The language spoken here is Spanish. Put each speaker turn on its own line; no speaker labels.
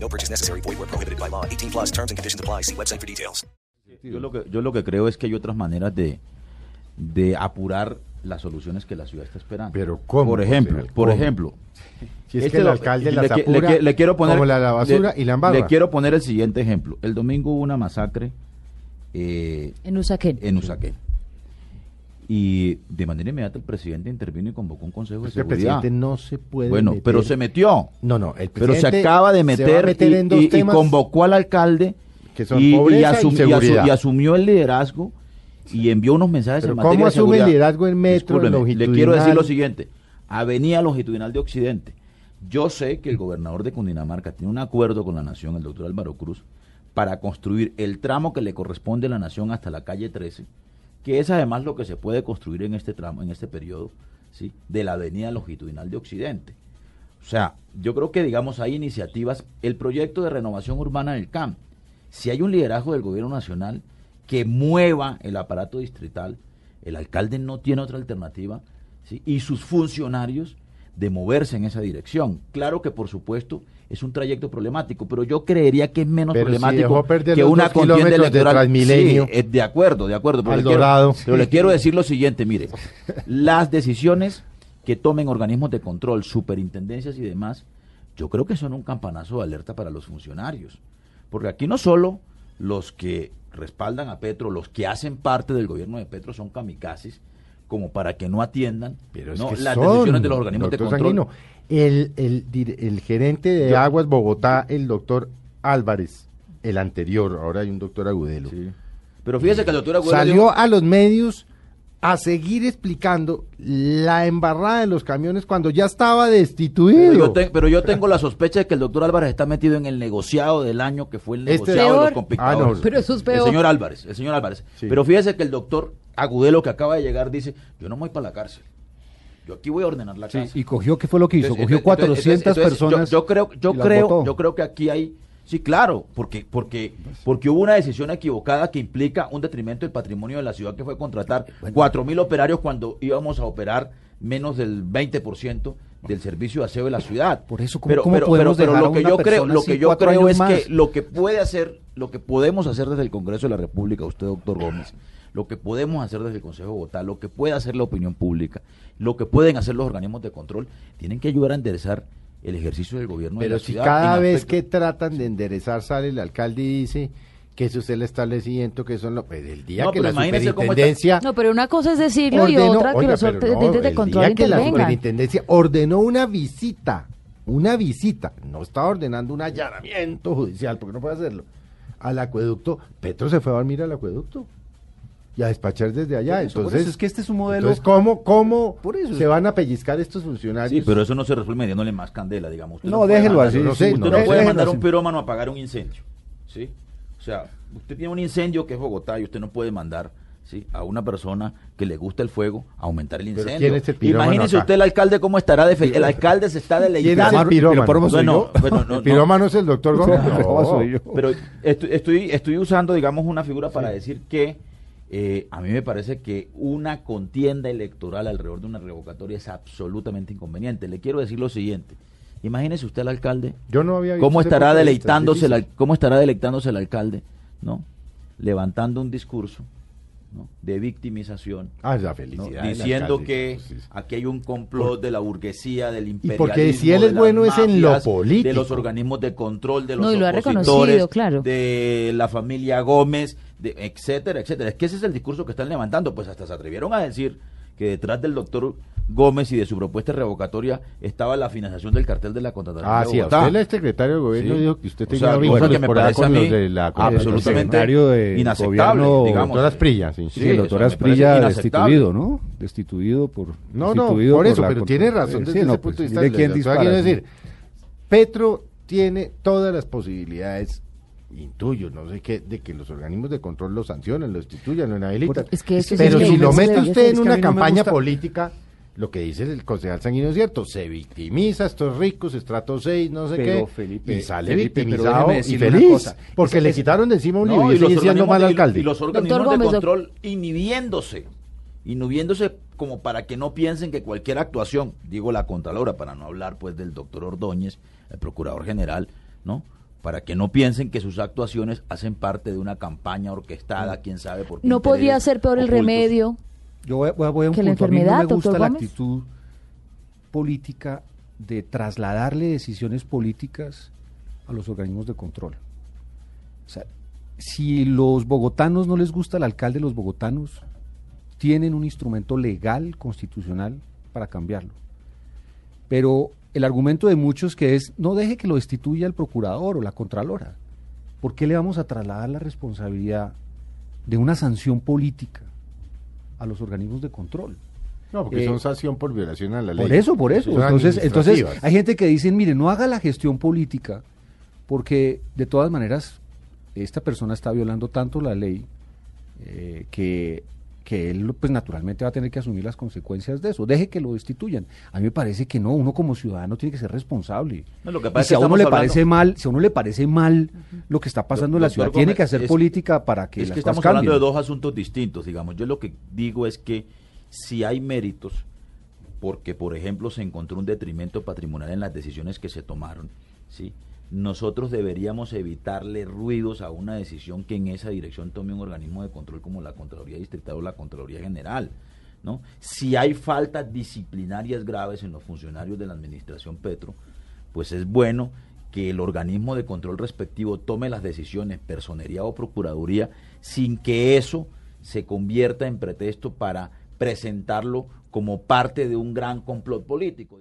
No purchase necessary. Void where prohibited by law. 18 plus terms and conditions apply. See website for details.
Yo lo, que, yo lo que creo es que hay otras maneras de, de apurar las soluciones que la ciudad está esperando.
Pero ¿cómo,
Por ejemplo,
concejal?
por
¿Cómo?
ejemplo.
Si es
este
que el
lo-
alcalde
le
las
qui- le
apura,
qui- le quiero poner-
como la, la basura
le-
y la embarra.
Le quiero poner el siguiente ejemplo. El domingo hubo una masacre eh,
En Usaquén.
en Usaquén. Y de manera inmediata el presidente intervino y convocó un consejo de
Es que el
seguridad.
presidente no se puede
bueno,
meter.
pero se metió.
No, no, el
Pero se
presidente
acaba de
se
meter,
va a meter
y,
en dos
y- y
temas.
convocó al alcalde
Que son
y, y
pobreza y
asum- y asu-
seguridad.
y asumió el liderazgo y envió unos mensajes
Pero
en materia
¿cómo
de
asume
seguridad.
el liderazgo en metro, en
Discúlpeme, Le
longitudinal?
quiero decir lo siguiente. Avenida Longitudinal de Occidente. Yo sé que el gobernador de Cundinamarca tiene un acuerdo con la Nación, el doctor Álvaro Cruz, para construir el tramo que le corresponde a la Nación hasta la calle 13, que es además lo que se puede construir en este tramo, en este periodo, ¿sí? de la Avenida Longitudinal de Occidente. O sea, yo creo que, digamos, hay iniciativas. El proyecto de renovación urbana del CAM, si hay un liderazgo del gobierno nacional que mueva el aparato distrital, el alcalde no tiene otra alternativa, ¿sí? y sus funcionarios de moverse en esa dirección. Claro que, por supuesto, es un trayecto problemático, pero yo creería que es menos
Pero si
problemático
dejó perder
que
los
una
dos
contienda
kilómetros de
electoral.
Transmilenio.
Sí, eh, de acuerdo, de acuerdo. Pero,
Al
le quiero,
Dorado.
pero le quiero decir lo siguiente, mire, las decisiones que tomen organismos de control, superintendencias y demás, yo creo que son un campanazo de alerta para los funcionarios. Porque aquí no solo los que respaldan a Petro, los que hacen parte del gobierno de Petro son kamikazes, como para que no atiendan
Pero es
¿no?
que
las
son,
decisiones de los organismos de
doctor
control.
Sanguino. el, el, dir- el gerente de
Yo-
Aguas Bogotá, el doctor Álvarez, el anterior, ahora hay un doctor Agudelo,
Sí. Pero fíjese que el doctor Agüero
salió
dijo-
a los medios a seguir explicando la embarrada de los camiones cuando ya estaba destituido.
Pero yo, te- pero yo tengo la sospecha de que el doctor Álvarez está metido en el negociado del año que fue el
Este-
negociado de los
Peor.
Ah,
complicadores.
no.
Pero eso es
El
peor.
señor Álvarez, el señor Álvarez.
Sí.
Pero fíjese que el doctor Agudelo que acaba de llegar dice, yo no me voy para la cárcel. Yo aquí voy a ordenar la
Sí,
casa.
y cogió, ¿qué fue lo que hizo?
Entonces,
cogió
entonces,
400
entonces, entonces, yo-
personas.
Yo, creo, yo
y las
creo,
votó. Pues.
yo creo que aquí hay, sí, claro, porque, porque, porque hubo una decisión equivocada que implica un detrimento del patrimonio de la ciudad que fue contratar cuatro mil operarios cuando íbamos a operar menos del 20% del servicio de aseo de la ciudad.
Por eso, ¿cómo- cómo podemos dejar
lo
a
que
una
yo creo,
persona
lo
así
que yo
cuatro
creo
años
es
más?
que lo que puede hacer, lo que podemos hacer desde el Congreso de la República, usted, doctor Gómez, lo que podemos hacer desde el Consejo de Bogotá, lo que puede hacer la opinión pública, lo que pueden hacer los organismos de control, tienen que ayudar a enderezar el ejercicio del gobierno de
Pero
la
si
ciudad.
cada
en
pues,
vez
aspecto-
que tratan de enderezar sale el alcalde y dice que eso es el establecimiento, que son los... Pues el día
No,
que
pero
la
imagínese cómo está-
superintendencia...
No, pero una cosa es decirlo y
ordenó-
otra que
Oiga,
los
pero
entes
no,
de
el
control
día que la
intervengan.
superintendencia ordenó una visita, una visita, no está ordenando un allanamiento judicial, porque no puede hacerlo, al acueducto. Petro se fue a dormir al acueducto y a despachar desde allá.
Por eso, por
entonces,
eso es que este es un modelo-
Entonces, ¿cómo, cómo
Por eso es-
se van a pellizcar estos funcionarios?
Sí, pero eso no se resuelve metiéndole más candela, digamos. Usted
No,
puede
déjelo
mandar-
así,
Usted
no sé,
no
no,
puede
déjelo
mandar a un
así.
pirómano a apagar un incendio, ¿sí? O sea, usted tiene un incendio que es Bogotá y usted no puede mandar ¿sí? a una persona que le gusta el fuego a aumentar el
Pero
incendio.
¿quién es el pirómano
Imagínese
acá?
usted el alcalde cómo estará defendiendo. El alcalde se está
¿Quién es
deleitando.
el pirómano?
Bueno, bueno, no,
el
no.
pirómano es el doctor Gómez.
No, soy yo.
Pero estu- estoy, estoy usando, digamos, una figura para decir que eh, a mí me parece que una contienda electoral alrededor de una revocatoria es absolutamente inconveniente. Le quiero decir lo siguiente. Imagínese usted al alcalde,
Yo no había visto
cómo
ese
estará
punto de vista,
deleitándose el,
difícil.
al- cómo estará deleitándose el alcalde, ¿no? Levantando un discurso ¿no? de victimización.
Ah, la
¿no?
felicidad. del
Diciendo
alcalde.
que
Sí, sí.
aquí hay un complot de la burguesía, del
porque
imperialismo.
si él
de
es
las
bueno es en lo
mafias, De los
político.
organismos de control, de los
No, y lo ha
opositores,
reconocido, claro.
de la familia Gómez, de, etcétera, etcétera. Es que ese es el discurso que están levantando. Pues hasta se atrevieron a decir que detrás del doctor Gómez y de su propuesta revocatoria estaba la financiación del cartel de la contratación
Ah,
de
sí, a
Bogotá.
usted el secretario de gobierno
Sí.
dijo que usted
O
tenía
sea,
vínculos
cosa que me
por allá
parece
con
a
los
mí
de la
absolutamente
secretario de
inaceptable,
gobierno,
digamos.
Doctora Asprilla, sí.
Sí, el
eso
doctor
me parece
Asprilla
inaceptable.
destituido, ¿no? Destituido por.
No, no,
destituido
por eso,
la
pero
contra-
tiene razón
Eh,
desde
sí,
ese
no,
punto de
pues,
vista.
mire
del
quién
doctor. O sea,
dispara,
quiero
sí.
decir, Petro tiene todas las posibilidades intuyo, no sé qué, de que los organismos de control lo sancionen, lo instituyan, lo inhabilitan.
Es que eso sí
Pero
es
si
que-
lo
es
mete
que-
usted
es
en
que a
una
mí no me
campaña
gusta.
política, lo que dice el concejal sanguíneo es cierto, se victimiza, estos ricos, estrato 6, no sé qué,
Pero, Felipe,
y sale
Felipe, pero
victimizado
déjeme
y
decirle una
feliz,
cosa.
porque
Ese-
le
ese-
quitaron de encima a Uribe
No,
y, sigue siendo
organismos-
mal
y-
alcalde.
Y los organismos
Doctor
de
Gómez,
control inhibiéndose, inhibiéndose como para que no piensen que cualquier actuación, digo la Contralora, para no hablar pues del doctor Ordóñez, el Procurador General, ¿no? Para que no piensen que sus actuaciones hacen parte de una campaña orquestada, quién sabe por qué
No podría
intereses
ser peor el
ocultos.
remedio.
Yo voy, voy- voy a un
Que la
punto. A mí
enfermedad,
no me gusta
doctor
la
Gómez.
actitud política de trasladarle decisiones políticas a los organismos de control. O sea, si los bogotanos no les gusta el alcalde, los bogotanos tienen un instrumento legal, constitucional, para cambiarlo. Pero el argumento de muchos que es, no deje que lo destituya el procurador o la contralora. ¿Por qué le vamos a trasladar la responsabilidad de una sanción política a los organismos de control?
No, porque
Eh,
son sanción por violación a la ley.
Por eso, por eso.
Son
Entonces, entonces
administrativas.
hay gente que dice, mire, no haga la gestión política, porque de todas maneras esta persona está violando tanto la ley eh, que, que él pues naturalmente va a tener que asumir las consecuencias de eso. Deje que lo destituyan. A mí me parece que no, uno como ciudadano tiene que ser responsable.
No, lo que
Y
pasa es
si
que
a uno
estamos
le
hablando-
parece mal, si a uno le parece mal lo que está pasando en la
Doctor
ciudad, tiene
Gómez,
que hacer
es-
política para que
es
las
que
cosas
estamos hablando de
cambien.
dos asuntos distintos, digamos. Yo lo que digo es que si hay méritos, porque por ejemplo se encontró un detrimento patrimonial en las decisiones que se tomaron, ¿sí? Nosotros deberíamos evitarle ruidos a una decisión que en esa dirección tome un organismo de control como la Contraloría Distrital o la Contraloría General. ¿no? Si hay faltas disciplinarias graves en los funcionarios de la administración Petro, pues es bueno que el organismo de control respectivo tome las decisiones, personería o procuraduría, sin que eso se convierta en pretexto para presentarlo como parte de un gran complot político.